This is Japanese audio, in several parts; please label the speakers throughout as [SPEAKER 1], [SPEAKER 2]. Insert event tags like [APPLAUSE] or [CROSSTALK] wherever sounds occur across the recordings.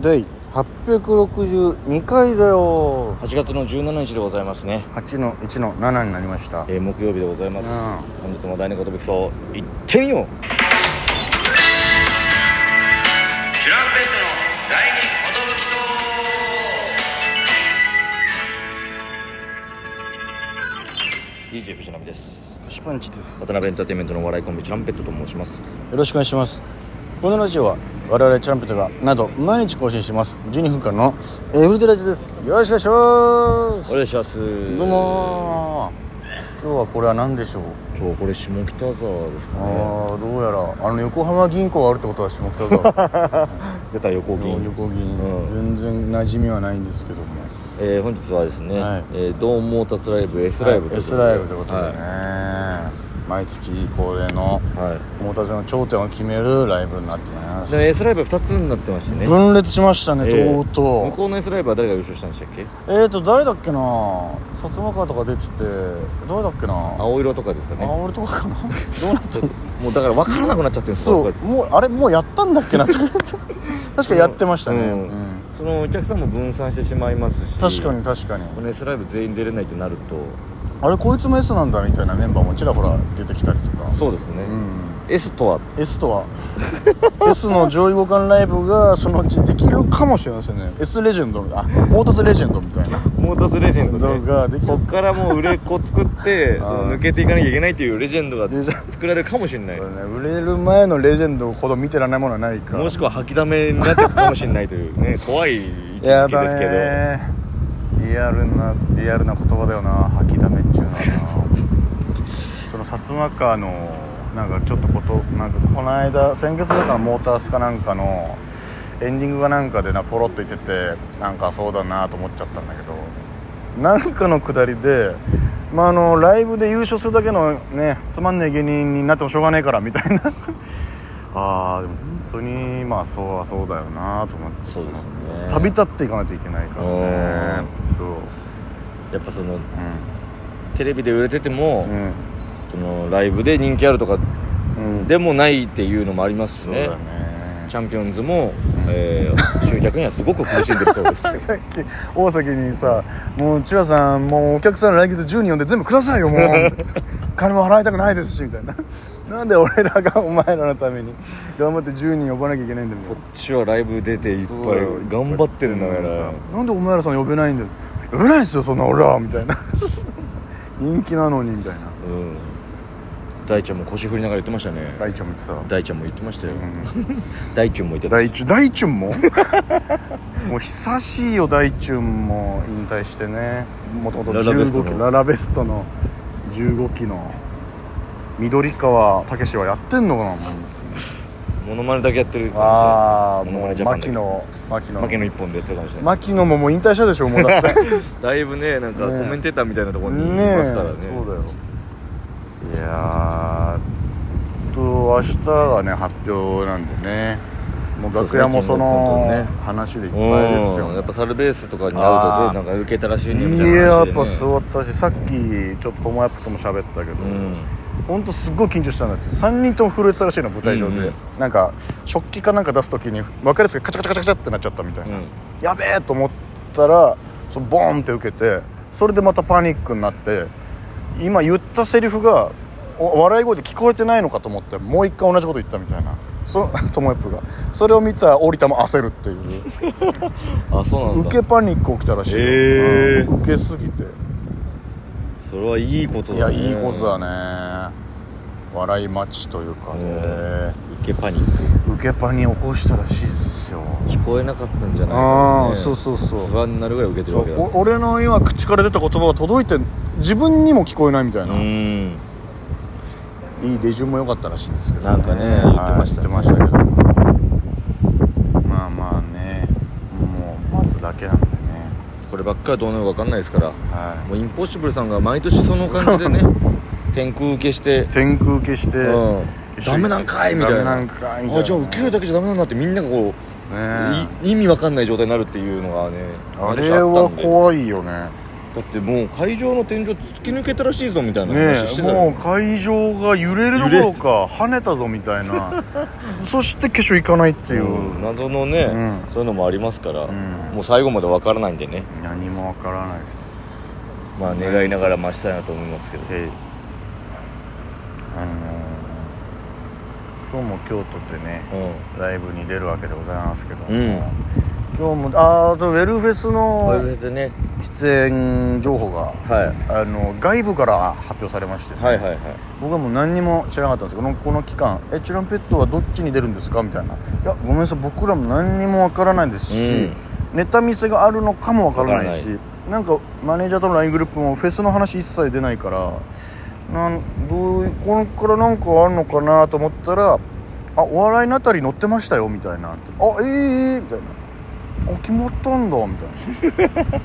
[SPEAKER 1] 第862回だよ
[SPEAKER 2] 8月の17日でございますね、
[SPEAKER 1] 8の1の7になりました
[SPEAKER 2] えー木曜日でございます、
[SPEAKER 1] う
[SPEAKER 2] 本日も第二ことぶきそう行ってみようチュランペットの第二ことぶきそう DJ 藤波です
[SPEAKER 1] 腰パンチです
[SPEAKER 2] 渡
[SPEAKER 1] よ
[SPEAKER 2] 辺エンターテインメントのお笑いコンビチュランペットと申します
[SPEAKER 1] ろしくお願いしますこのラジオは我々チャンピオンがなど毎日更新してます12分間のエブリデイラジオですよろしくお願いし
[SPEAKER 2] お
[SPEAKER 1] ま
[SPEAKER 2] 願いします
[SPEAKER 1] すどうもー今日はこれは何でしょう
[SPEAKER 2] 今日これ下北沢ですかね
[SPEAKER 1] ああどうやらあの横浜銀行があるってことは下北 [LAUGHS] 沢
[SPEAKER 2] 出た横銀
[SPEAKER 1] 横銀、
[SPEAKER 2] う
[SPEAKER 1] 全然馴染みはないんですけども
[SPEAKER 2] えー、本日はですね、
[SPEAKER 1] はい
[SPEAKER 2] えードーンモータスライブ S ライブということ
[SPEAKER 1] S
[SPEAKER 2] で
[SPEAKER 1] ライブということでね、
[SPEAKER 2] はい
[SPEAKER 1] 毎月恒例の
[SPEAKER 2] は
[SPEAKER 1] モーターズの頂点を決めるライブになってま
[SPEAKER 2] い、
[SPEAKER 1] す
[SPEAKER 2] で S ライブ2つになってましてね、
[SPEAKER 1] 分裂しましたね、
[SPEAKER 2] えー
[SPEAKER 1] とう
[SPEAKER 2] 向
[SPEAKER 1] とう
[SPEAKER 2] こうの S ライブは誰が優勝したんでしたっけ
[SPEAKER 1] えーと誰だっけな薩摩川とか出てて誰だっけなあ
[SPEAKER 2] 青色とかですかね
[SPEAKER 1] 俺と
[SPEAKER 2] [LAUGHS]
[SPEAKER 1] かかな [LAUGHS] どうなってんの
[SPEAKER 2] もうだから分からなくなっちゃってるんですよ
[SPEAKER 1] そう
[SPEAKER 2] こ
[SPEAKER 1] もうあれもうやったんだっけな
[SPEAKER 2] [LAUGHS]
[SPEAKER 1] 確かやってましたね、
[SPEAKER 2] うん
[SPEAKER 1] うん
[SPEAKER 2] うやってそのお客さんも分散してしまいますし
[SPEAKER 1] 確かに確かに
[SPEAKER 2] この S ライブ全員出れないってなる
[SPEAKER 1] あれこいつも S なんだみたいなメンバーもちらほら出てきたりとか
[SPEAKER 2] とそうですね、
[SPEAKER 1] うん
[SPEAKER 2] S とは
[SPEAKER 1] S
[SPEAKER 2] [LAUGHS]
[SPEAKER 1] とは S の上位互換ライブがそのうちできるかもしれませんね S レジェンドあモータスレジェンドみたいな
[SPEAKER 2] モータスレジェンド
[SPEAKER 1] 動
[SPEAKER 2] で
[SPEAKER 1] 画できる
[SPEAKER 2] こっからもう売れっ子作って
[SPEAKER 1] [LAUGHS] あー
[SPEAKER 2] その抜けていかなきゃいけないっていうレジェンドが
[SPEAKER 1] レジェン
[SPEAKER 2] 作られるかもしれない
[SPEAKER 1] そうだね売れる前のレジェンドほど見てらんないものはないから
[SPEAKER 2] もしくは吐きだめになっていくかもしれないとい
[SPEAKER 1] [LAUGHS]
[SPEAKER 2] うね怖い一時期です
[SPEAKER 1] や
[SPEAKER 2] けど
[SPEAKER 1] だねリアルなリアルな言葉だよな吐きだめっちゅうのはなその薩摩川のなんかちょっとことなんかこの間先月だからモータースかなんかのエンディングがなんかでなポロッと言っててなんかそうだなと思っちゃったんだけどなんかのくだりでまああのライブで優勝するだけのねつまんねえ芸人になってもしょうがねえからみたいな [LAUGHS] ああでも本当にまあそうはそうだよなと思って
[SPEAKER 2] そうですね
[SPEAKER 1] その旅立っていかないといけないからねそう
[SPEAKER 2] やっぱその
[SPEAKER 1] う
[SPEAKER 2] テレビで売れてても、
[SPEAKER 1] んうん
[SPEAKER 2] そのライブで人気あるとか
[SPEAKER 1] うん
[SPEAKER 2] でもないっていうのもありますし
[SPEAKER 1] そう
[SPEAKER 2] ね
[SPEAKER 1] だね
[SPEAKER 2] チャンピオンズも、えー集客にはすごく苦しんでるそ
[SPEAKER 1] [LAUGHS]
[SPEAKER 2] うです
[SPEAKER 1] さっき大崎にさ「もうチュラさんもうお客さん来月10人呼んで全部くださいよも
[SPEAKER 2] [LAUGHS]
[SPEAKER 1] う金も払いたくないですし」みたいな「なんで俺らがお前らのために頑張って10人呼ばなきゃいけないんだ
[SPEAKER 2] [LAUGHS]
[SPEAKER 1] よ」
[SPEAKER 2] こっちはライブ出ていっぱい
[SPEAKER 1] そうだよ
[SPEAKER 2] 頑張ってるんだか
[SPEAKER 1] やっ
[SPEAKER 2] ら
[SPEAKER 1] てんのにさなんでお前らさん呼べないんだよ呼べないですよそんな俺らみたい
[SPEAKER 2] [LAUGHS]
[SPEAKER 1] な人気なのにみたいな
[SPEAKER 2] うん大ちゃんも腰振りながら言ってましたね
[SPEAKER 1] 大ちゃんも言ってたわ
[SPEAKER 2] 大ちゃんも言ってましたよ、
[SPEAKER 1] う
[SPEAKER 2] [LAUGHS] 大ちゃんも言ってた
[SPEAKER 1] 大中大中も [LAUGHS] もう久しいよ大中も引退してねもともと
[SPEAKER 2] ララベスト
[SPEAKER 1] 15
[SPEAKER 2] の
[SPEAKER 1] 期ララベストの15期の緑川武はやってんのかなも
[SPEAKER 2] モノマネだけやってる
[SPEAKER 1] う
[SPEAKER 2] か
[SPEAKER 1] ああ
[SPEAKER 2] もしれ
[SPEAKER 1] も
[SPEAKER 2] な
[SPEAKER 1] う
[SPEAKER 2] いで
[SPEAKER 1] 牧
[SPEAKER 2] すねモノマネ
[SPEAKER 1] 野牧
[SPEAKER 2] ジャパンだけ
[SPEAKER 1] 野
[SPEAKER 2] 牧野一本でやってるかもしれない
[SPEAKER 1] 牧野ももう引退したでしょもう
[SPEAKER 2] [LAUGHS]
[SPEAKER 1] だってね
[SPEAKER 2] だいぶねなんかコ
[SPEAKER 1] ねえ
[SPEAKER 2] メンテーターみたいなところにいますからね
[SPEAKER 1] えそうだよいやーと明日がね発表なんでねもう楽屋もその
[SPEAKER 2] そう最近のことね
[SPEAKER 1] 話でいっ
[SPEAKER 2] う
[SPEAKER 1] ぱ
[SPEAKER 2] ん
[SPEAKER 1] いですよ
[SPEAKER 2] やっぱサルベースとかに会うと
[SPEAKER 1] あー
[SPEAKER 2] ねなんか受けたらしいねみ
[SPEAKER 1] い
[SPEAKER 2] たいな話でね
[SPEAKER 1] ややっぱそうだったしさっきちょっと友達とも喋ったけど、
[SPEAKER 2] うん
[SPEAKER 1] ほんとすっごい緊張したんだって3人とも震えてたらしいの舞台上で、
[SPEAKER 2] うんうん
[SPEAKER 1] なんか食器かなんか出す時に分かりやすくカチャカチャカチャカチャってなっちゃったみたいな、
[SPEAKER 2] うん
[SPEAKER 1] やべえと思ったらそのボーンって受けてそれでまたパニックになって今言ったセリフがお笑い声で聞こえてないのかと思ってもう一回同じこと言ったみたいなそ [LAUGHS] トモエップがそれを見た織田も焦るっていう。
[SPEAKER 2] あそうなんだ
[SPEAKER 1] 受けパニック起きたらしいよ、
[SPEAKER 2] へー
[SPEAKER 1] うん受けすぎて
[SPEAKER 2] それはいいこと
[SPEAKER 1] い
[SPEAKER 2] だ
[SPEAKER 1] や
[SPEAKER 2] ね
[SPEAKER 1] いいことだね笑い待ちというかね
[SPEAKER 2] 受けパニック
[SPEAKER 1] 受けパニ起こしたらしいっすよ
[SPEAKER 2] 聞こえなかったんじゃないかな
[SPEAKER 1] ああそうそうそう
[SPEAKER 2] 不安になるぐらい受けてる
[SPEAKER 1] そ
[SPEAKER 2] わけ
[SPEAKER 1] う
[SPEAKER 2] だう
[SPEAKER 1] お俺の今口から出た言葉が届いて自分にも聞こえないみたいな、
[SPEAKER 2] ーん
[SPEAKER 1] いい出順も良かったらしいんですけど、
[SPEAKER 2] なんかね言ってま
[SPEAKER 1] はい
[SPEAKER 2] したね
[SPEAKER 1] 言ってましたけどまあまあねもう待つだけなんでね
[SPEAKER 2] こればっかりどうなるか分かんないですから
[SPEAKER 1] は
[SPEAKER 2] もうインポッシブルさんが毎年その感
[SPEAKER 1] [LAUGHS]
[SPEAKER 2] じでね天空受けして
[SPEAKER 1] い天空消して、
[SPEAKER 2] うんダメなんかいみたいな
[SPEAKER 1] ダメなんかいみたいな
[SPEAKER 2] あじゃあ受けるだけじゃダメなんだってみんながこう、
[SPEAKER 1] ねえ
[SPEAKER 2] い意味わかんない状態になるっていうのがね
[SPEAKER 1] あれは
[SPEAKER 2] い
[SPEAKER 1] 怖いよね
[SPEAKER 2] だってもう会場の天井突き抜けたらしいぞみたいな
[SPEAKER 1] ね
[SPEAKER 2] 話し
[SPEAKER 1] え
[SPEAKER 2] てたよ
[SPEAKER 1] もう会場が揺れるどころか跳ねたぞみたい
[SPEAKER 2] [LAUGHS]
[SPEAKER 1] なそして化粧行かないっていう、
[SPEAKER 2] うん謎のね、
[SPEAKER 1] うん
[SPEAKER 2] そういうのもありますから、
[SPEAKER 1] ん
[SPEAKER 2] もう最後までわからないんでね
[SPEAKER 1] 何もわからないです
[SPEAKER 2] まあ願いながら待ちたいなと思いますけど
[SPEAKER 1] えいあのー今日も京都でね
[SPEAKER 2] う
[SPEAKER 1] ライブに出るわけでございますけども、
[SPEAKER 2] うん
[SPEAKER 1] 今日もああウェルフェス
[SPEAKER 2] んこれ
[SPEAKER 1] の
[SPEAKER 2] ですね、
[SPEAKER 1] 出演情報が
[SPEAKER 2] はい、
[SPEAKER 1] あの外部から発表されまして、
[SPEAKER 2] はいはいはい
[SPEAKER 1] 僕はもう何にも知らなかったんですけどこのこの期間「えチュランペットはどっちに出るんですか?」みたいな「いやごめんなさい僕らも何にもわからないですし、
[SPEAKER 2] うん
[SPEAKER 1] ネタ見せがあるのかもわからないし
[SPEAKER 2] わ
[SPEAKER 1] なんかマネージャーとの LINE グループもフェスの話一切出ないからなんどういこれからなんかあるのかなと思ったら「あお笑いのあたり乗ってましたよ」みたいなって「あええええみたいな「あ決まったんだ」みたいな。 [LAUGHS]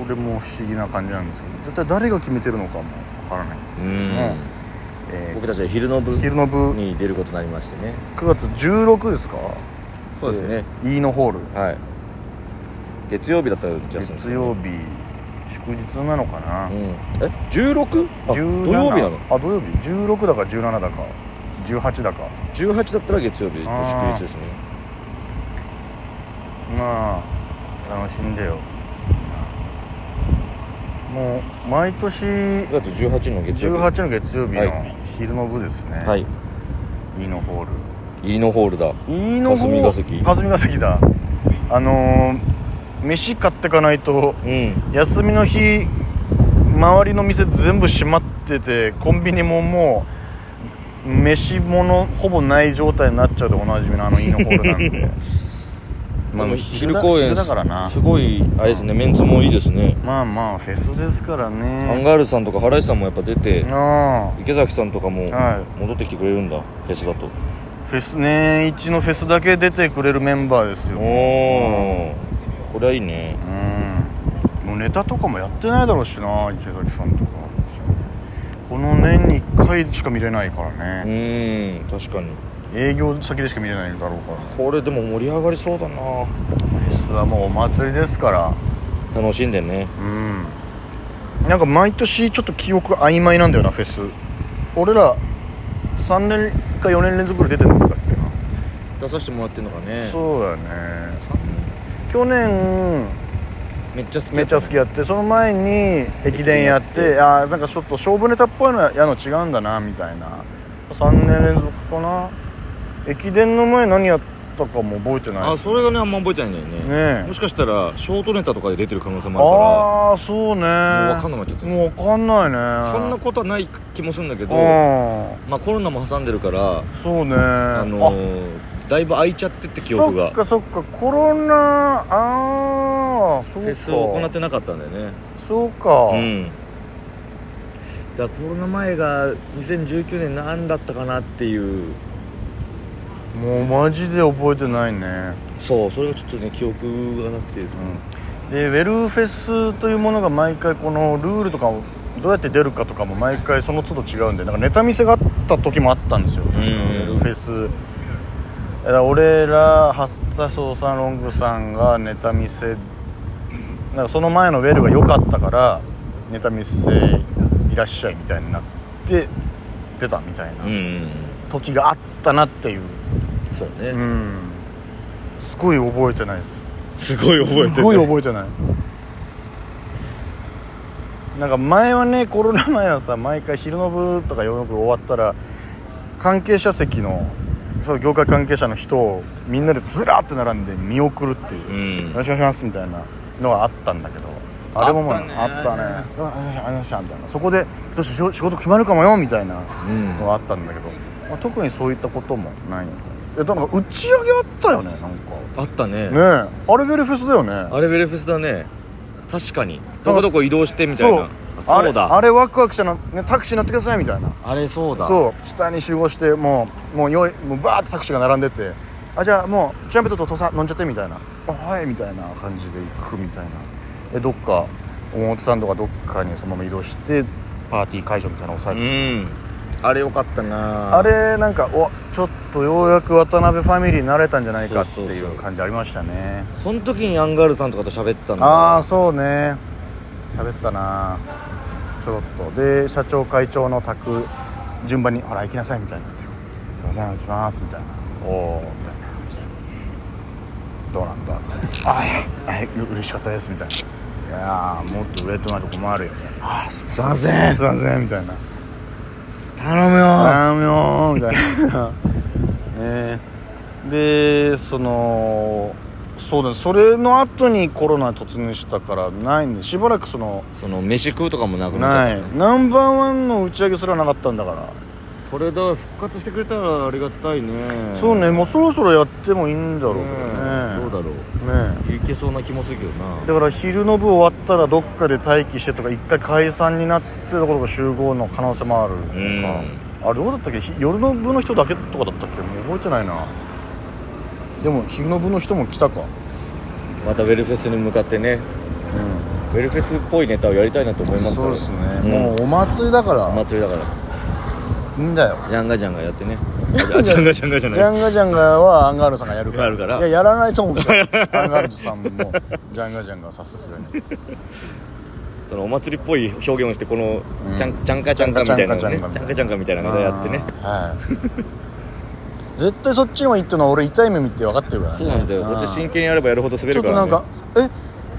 [SPEAKER 1] これも不思議な感じなんですけどだいたい誰が決めてるのかもわからないんですけ
[SPEAKER 2] う
[SPEAKER 1] ど
[SPEAKER 2] ん、
[SPEAKER 1] も、えー
[SPEAKER 2] 僕たちは昼の部
[SPEAKER 1] 昼の部
[SPEAKER 2] に出ることになりましてね
[SPEAKER 1] 9月16ですか
[SPEAKER 2] そうですね、
[SPEAKER 1] えー飯野ホール
[SPEAKER 2] はい月曜日だったらじゃあ
[SPEAKER 1] 月曜日祝日なのかな
[SPEAKER 2] う、んえ 16? あ土
[SPEAKER 1] 17
[SPEAKER 2] 曜日なの
[SPEAKER 1] あ土曜日16だか17だか18だか
[SPEAKER 2] 18だったら月曜日祝
[SPEAKER 1] あー
[SPEAKER 2] 日ですね
[SPEAKER 1] まあ楽しんでよもう毎年
[SPEAKER 2] 9月18の月曜日
[SPEAKER 1] 18の月曜日
[SPEAKER 2] は
[SPEAKER 1] の
[SPEAKER 2] い
[SPEAKER 1] 昼の部ですね、
[SPEAKER 2] はい
[SPEAKER 1] 飯野ホール
[SPEAKER 2] 飯野ホールだ
[SPEAKER 1] 飯野ホール
[SPEAKER 2] 霞ヶ
[SPEAKER 1] 霞が関だあのー飯買ってかないと
[SPEAKER 2] うん
[SPEAKER 1] 休みの日周りの店全部閉まっててコンビニももう飯物ほぼない状態になっちゃうでおなじみのあのイーノホールなん
[SPEAKER 2] [LAUGHS]
[SPEAKER 1] でまあ
[SPEAKER 2] でも
[SPEAKER 1] 昼だ昼だからな
[SPEAKER 2] すごいあれですねメンツもいいですね
[SPEAKER 1] まあまあフェスですから
[SPEAKER 2] アン
[SPEAKER 1] ね
[SPEAKER 2] ガールズさんとか原石さんもやっぱ出て
[SPEAKER 1] ああ
[SPEAKER 2] 池崎さんとかも
[SPEAKER 1] は
[SPEAKER 2] 戻ってきてくれるんだフェスだと
[SPEAKER 1] フェス年一のフェスだけ出てくれるメンバーですよ
[SPEAKER 2] お
[SPEAKER 1] うん
[SPEAKER 2] おこれはいいね
[SPEAKER 1] もうネタとかもやってないだろうしな池崎さんとかこの年に1回しか見れないからね
[SPEAKER 2] うん確かに
[SPEAKER 1] 営業先でしか見れないだろうから
[SPEAKER 2] これでも盛り上がりそうだな
[SPEAKER 1] フェスはもうお祭りですから
[SPEAKER 2] 楽しんでね
[SPEAKER 1] うんなんか毎年ちょっと記憶が曖昧なんだよなフェス俺ら3年か4年連続ぐらい出てるんだっけな、
[SPEAKER 2] 出させてもらってんのかね
[SPEAKER 1] そうだよね去年
[SPEAKER 2] めっちゃ好き
[SPEAKER 1] めっちゃ好きやってその前に駅伝やってあーなんかちょっと勝負ネタっぽいのやの違うんだなみたいな3年連続かな駅伝の前何やったかも覚えてない
[SPEAKER 2] あ
[SPEAKER 1] です
[SPEAKER 2] それがねあんま覚えてないんだよね
[SPEAKER 1] ねえ
[SPEAKER 2] もしかしたらショートネタとかで出てる可能性も
[SPEAKER 1] ああーそうねもう
[SPEAKER 2] あるからもう分かんなくなっちゃった
[SPEAKER 1] もう分かんないね
[SPEAKER 2] そんなことはない気もするんだけど
[SPEAKER 1] う
[SPEAKER 2] まあコロナも挟んでるから
[SPEAKER 1] んそうね
[SPEAKER 2] あ
[SPEAKER 1] あ
[SPEAKER 2] のーだいぶ空いちゃってって記憶が
[SPEAKER 1] そっかそっかコロナああそう
[SPEAKER 2] フ
[SPEAKER 1] か
[SPEAKER 2] ェスを行ってなかったんだよね
[SPEAKER 1] そうか、
[SPEAKER 2] うんだからコロナ前が2019年何だったかなっていう
[SPEAKER 1] もうマジで覚えてないね、
[SPEAKER 2] そうそれがちょっとね記憶がなくてですね
[SPEAKER 1] うん、でウェルフェスというものが毎回このルールとかをどうやって出るかとかも毎回その都度違うんでなんかネタ見せがあった時もあったんですよ、ウェルフェスだから俺ら八田荘さんロングさんがネタ見せなんかその前のウェルが良かったからネタ見せいらっしゃいみたいになって出たみたいな
[SPEAKER 2] うん、うん、
[SPEAKER 1] 時があったなっていう
[SPEAKER 2] そうね、
[SPEAKER 1] うんすごい覚えてないです
[SPEAKER 2] すごい覚えてる
[SPEAKER 1] すごい覚えてないなんか前はねコロナ前はさ毎回昼の部とか夜の部終わったら関係者席のその業界関係者の人をみんなでずらーって並んで見送るっていうう、
[SPEAKER 2] ん
[SPEAKER 1] よろしくお願いしますみたいなのがあったんだけどあれももう
[SPEAKER 2] あったね
[SPEAKER 1] あったねありがとうございましたみたいなそこでひとし仕事決まるかもよみたいな
[SPEAKER 2] うん
[SPEAKER 1] のがあったんだけど、まあ、特にそういったこともないみたいないやでもなんか打ち上げあったよねなんか
[SPEAKER 2] あったね
[SPEAKER 1] ねえあれベルフェスだよね
[SPEAKER 2] あれベレフェスだね確かにどこどこ移動してみたいな
[SPEAKER 1] あ
[SPEAKER 2] あ
[SPEAKER 1] れ
[SPEAKER 2] そうだ
[SPEAKER 1] あれワクワクしたの、ね、タクシー乗ってくださいみたいな
[SPEAKER 2] あれそうだ
[SPEAKER 1] そう下に集合してもうもうよいもうバーってタクシーが並んでてあじゃあもうチャンペットと土佐飲んじゃってみたいなあはいみたいな感じで行くみたいなでどっか表参道かどっかにそのまま移動してパーティー会場みたいなのを押さえてて、
[SPEAKER 2] んあれよかったな
[SPEAKER 1] あれなんかおちょっとようやく渡辺ファミリーになれたんじゃないかってい
[SPEAKER 2] そうそう
[SPEAKER 1] う
[SPEAKER 2] そう
[SPEAKER 1] 感じありましたね
[SPEAKER 2] その時にアンガールズさんとかと喋ったんだ
[SPEAKER 1] ああそうね喋ったなちょろっとで社長会長の宅順番に「ほら行きなさい」みたいになってる「すいません行きます」みたいな「おお」みたいなちょっと「どうなんだ」みたいな「ああはいはい嬉しかったです」みたいな「いやーもっと売れてないと困るよ」みたいな「あーすい
[SPEAKER 2] すいません
[SPEAKER 1] すいません」みたいな
[SPEAKER 2] 頼むよ
[SPEAKER 1] 頼むよーみたいなねえでそのそうだねそれの後にコロナ突入したからないんでしばらくその
[SPEAKER 2] その飯食うとかもなく
[SPEAKER 1] な
[SPEAKER 2] なっちゃっ
[SPEAKER 1] い
[SPEAKER 2] た
[SPEAKER 1] ナンバーワンの打ち上げすらなかったんだから、
[SPEAKER 2] これだ復活してくれたらありがたいね
[SPEAKER 1] そうねもうそろそろやってもいいんだろうけどね
[SPEAKER 2] どうだろう
[SPEAKER 1] だね
[SPEAKER 2] いけそうな気もするけど
[SPEAKER 1] え
[SPEAKER 2] な
[SPEAKER 1] だから昼の部終わったらどっかで待機してとか一回解散になってところが集合の可能性もあるのか、あれどうだったっけひ夜の部の人だけとかだったっけもう覚えてないなでも昼の部の人も来たか
[SPEAKER 2] またウェルフェスに向かってね
[SPEAKER 1] う
[SPEAKER 2] ウェルフェスっぽいネタをやりたいなと思いますから
[SPEAKER 1] そうですね、
[SPEAKER 2] うん
[SPEAKER 1] もうお祭りだか
[SPEAKER 2] お
[SPEAKER 1] ら
[SPEAKER 2] 祭りだか
[SPEAKER 1] い
[SPEAKER 2] ら
[SPEAKER 1] いんだよ
[SPEAKER 2] ジャンガジャンガやってねあジャンガジャンガじゃ
[SPEAKER 1] ジャ
[SPEAKER 2] な
[SPEAKER 1] ン
[SPEAKER 2] い
[SPEAKER 1] ガジャンガはアンガールズさんがやるから
[SPEAKER 2] やるから
[SPEAKER 1] いややらないと思う
[SPEAKER 2] [LAUGHS]
[SPEAKER 1] よアンガールズさんもジャンガジャンガはさすがに
[SPEAKER 2] そのお祭りっぽい表現をしてこの
[SPEAKER 1] うん
[SPEAKER 2] ジャンジャンカジャンカみたいなのね
[SPEAKER 1] ジ
[SPEAKER 2] ジ
[SPEAKER 1] ャン
[SPEAKER 2] ャ
[SPEAKER 1] カジャンカみたいな
[SPEAKER 2] ンカジャンカみたいなのやってね
[SPEAKER 1] あーはい絶対そっちにも行ってのは俺痛い目見て分かってるからね
[SPEAKER 2] そうなんだよ
[SPEAKER 1] あ
[SPEAKER 2] こ
[SPEAKER 1] ー
[SPEAKER 2] うやって真剣にやればやるほど滑
[SPEAKER 1] ちょ
[SPEAKER 2] る
[SPEAKER 1] っ
[SPEAKER 2] か
[SPEAKER 1] とな
[SPEAKER 2] らね
[SPEAKER 1] んか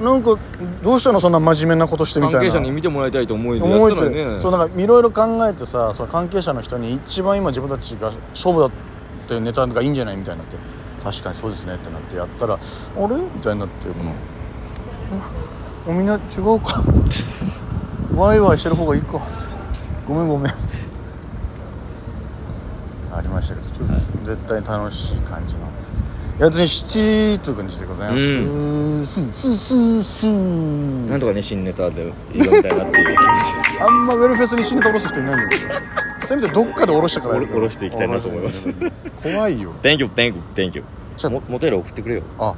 [SPEAKER 1] えなんかどうしたのそんな真面目なことしてみたいな
[SPEAKER 2] 関係者に見てもらいたいと思いで
[SPEAKER 1] 思え
[SPEAKER 2] やってたら
[SPEAKER 1] そうなんかいろいろ考えてさその関係者の人に一番今自分たちが勝負だってネタがいいんじゃないみたいになって確かにそうですねってなってやったらあれみたいになってこの、おみんな違うか [LAUGHS] ワイワイしてる方がいいかってごめんごめんありましたけどちょっと絶対楽しい感じのいや別にシティという感じでございます、スースースースー
[SPEAKER 2] なんとかね新ネタでいいか
[SPEAKER 1] [LAUGHS]
[SPEAKER 2] みたいなっていう
[SPEAKER 1] あんまウェルフェスに死にと下ろす人いないんだ
[SPEAKER 2] [LAUGHS]
[SPEAKER 1] けどせめてどっかで下ろしてからやる
[SPEAKER 2] 下ろしていきたいなと思います
[SPEAKER 1] 下ろして怖いよ
[SPEAKER 2] Thank you, thank you, thank you
[SPEAKER 1] じゃあ
[SPEAKER 2] もモテる送ってくれよ
[SPEAKER 1] あ